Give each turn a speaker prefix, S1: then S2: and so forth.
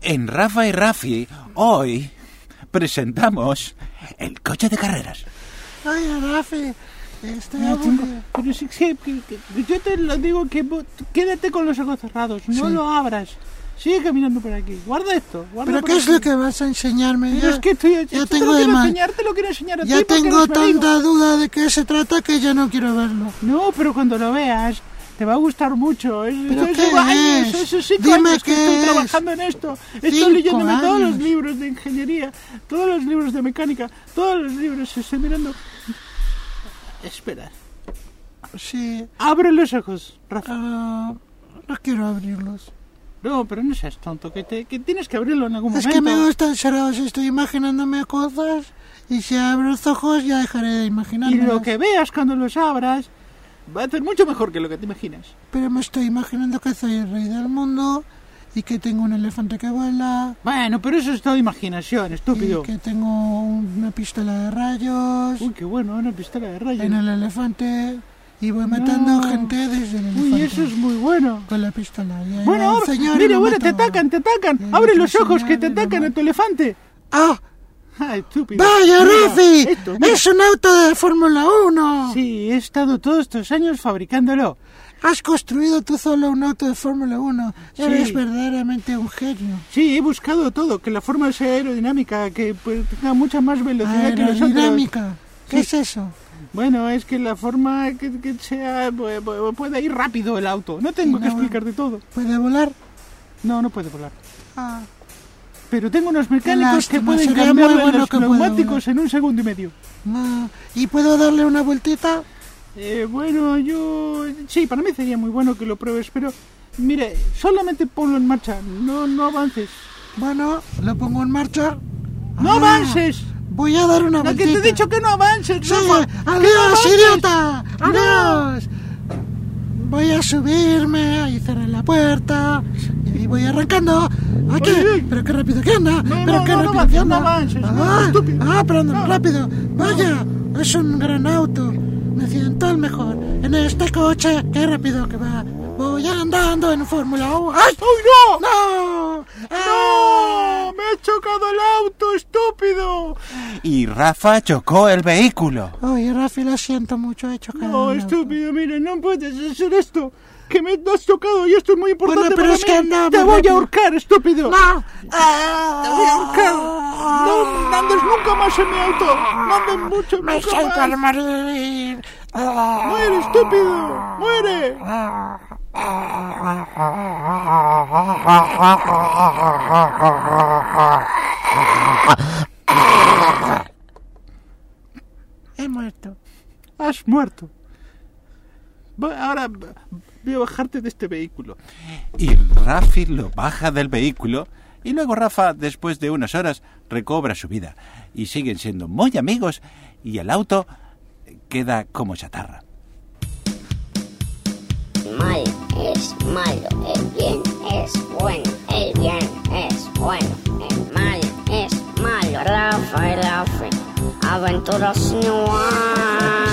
S1: en Rafa y Rafi, hoy presentamos el coche de carreras.
S2: Oye, Rafi, este, estoy
S3: Ya tengo-
S2: aburrido.
S3: pero sí, sí, que- que- que yo te lo digo que vo- tú quédate con los ojos cerrados, no lo abras. Sigue caminando por aquí. Guarda esto. guarda
S2: ¿Pero
S3: por
S2: qué es
S3: aquí.
S2: lo que vas a enseñarme?
S3: Pero
S2: Ya,
S3: es que estoy,
S2: ya
S3: yo te
S2: tengo
S3: lo
S2: de
S3: quiero
S2: más.
S3: enseñar, te lo quiero enseñar a
S2: ya
S3: ti porque
S2: tengo
S3: eres mi amigo.
S2: tanta duda de qué se trata que ya no quiero verlo.
S3: No, pero cuando lo veas te va a gustar mucho. Es-
S2: ¿Pero
S3: esos
S2: qué
S3: cinco años,
S2: es?
S3: esos cinco
S2: Dime
S3: años que
S2: qué
S3: estoy
S2: es.
S3: trabajando en esto. Estoy
S2: Cinco
S3: leyéndome todos los
S2: años.
S3: libros de ingeniería, todos los libros de mecánica, todos los libros. Estoy mirando. Espera.
S2: Sí,
S3: Abre los ojos, Rafa.
S2: ah, no quiero abrirlos.
S3: No, pero no seas tonto, que, te- que tienes que abrirlo en algún
S2: Es
S3: momento.
S2: que me gustan cerrados, estoy imaginándome cosas y si abro los ojos ya dejaré de
S3: Y
S2: imaginarme.
S3: lo que veas cuando los abras va a ser mucho mejor que lo que te imaginas.
S2: Pero me estoy imaginando que soy el rey del mundo y que tengo un elefante que vuela
S3: Bueno, pero eso es toda imaginación, estúpido.
S2: y que tengo una pistola de rayos
S3: Uy, qué bueno, una pistola de rayos.
S2: en el elefante y voy matando
S3: No.
S2: gente desde el elefante.
S3: Uy, eso es muy bueno.
S2: Con la pistola. Y ahí
S3: Bueno,
S2: va el
S3: ahora,
S2: señor y
S3: mira,
S2: lo
S3: bueno,
S2: mato.
S3: te atacan, te atacan.
S2: Bien,
S3: Abre
S2: otro
S3: los ojos que te
S2: señal,
S3: atacan a
S2: normal.
S3: tu elefante.
S2: ¡Ah!
S3: Ah, estúpido.
S2: ¡Vaya,
S3: Mira,
S2: Rafi!
S3: esto, mira.
S2: ¡Es un auto de Fórmula 1!
S3: Sí, he estado todos estos años fabricándolo.
S2: Has construido tú solo un auto de Fórmula 1. Eres
S3: Sí.
S2: verdaderamente un genio.
S3: Sí, he buscado todo, que la forma sea aerodinámica, que pues, tenga mucha más velocidad que los otros.
S2: Aerodinámica. ¿Qué
S3: Sí.
S2: es eso?
S3: Bueno, es que la forma que, que sea bu- bu- pueda ir rápido el auto. No tengo
S2: Sí,
S3: que
S2: no,
S3: explicarte todo.
S2: ¿Puede volar?
S3: No, no puede volar.
S2: Ah,
S3: Pero tengo unos mecánicos
S2: lástima,
S3: que pueden
S2: sería
S3: cambiar
S2: muy bueno
S3: los
S2: que pueda
S3: neumáticos en un segundo y medio.
S2: no. ¿Y puedo darle una vueltita?
S3: Eh, bueno, yo sí, para mí sería muy bueno que lo pruebes, pero mire, solamente ponlo en marcha. No, no avances.
S2: Bueno, lo pongo en marcha.
S3: No
S2: Ah,
S3: avances.
S2: Voy a dar una
S3: No,
S2: vueltita.
S3: que te he dicho que no avances.
S2: Sí,
S3: Rafa, que no
S2: ¡Adiós,
S3: avances.
S2: idiota!
S3: No.
S2: ¡Adiós! Voy a subirme y cerrar la puerta y voy arrancando. Aquí,
S3: Oye, oye.
S2: pero qué rápido que anda,
S3: No,
S2: pero
S3: no,
S2: qué
S3: no, no
S2: rápido
S3: avances,
S2: que
S3: no
S2: anda.
S3: avances, no,
S2: ah,
S3: estúpido.
S2: ah, pero anda
S3: No.
S2: rápido. Vaya, es un gran auto. Me siento el mejor. En este coche, qué rápido que va. Voy andando en Fórmula 1. ¡Ay!
S3: ¡Uy, no!
S2: ¡No!
S3: ¡No! ¡Me ha chocado el auto, estúpido!
S1: Y Rafa chocó el vehículo.
S2: Oye, Rafi, lo siento mucho, he chocado.
S3: No,
S2: el auto.
S3: Oh, estúpido, mira, no puedes hacer esto. Que me has tocado y esto es muy importante
S2: Bueno, pero
S3: para
S2: es que
S3: mí.
S2: andaba
S3: Te
S2: muy
S3: voy a
S2: rápido.
S3: ahorcar, estúpido.
S2: ¡No!
S3: Te voy a ahorcar. No, no andes nunca más en mi auto. No andes mucho,
S2: ¡Me
S3: nunca
S2: siento al
S3: más.
S2: morir! 아.
S3: ¡Muere, estúpido! ¡Muere!
S2: He muerto.
S3: Has muerto. Va- Ahora va- voy a bajarte de este vehículo.
S1: Y Rafi lo baja del vehículo. Y luego Rafa, después de unas horas, recobra su vida. Y siguen siendo muy amigos. Y el auto queda como chatarra.
S4: mal es malo, el bien es bueno, el bien es bueno, el mal es malo. Rafa, Rafa, aventuras no hay.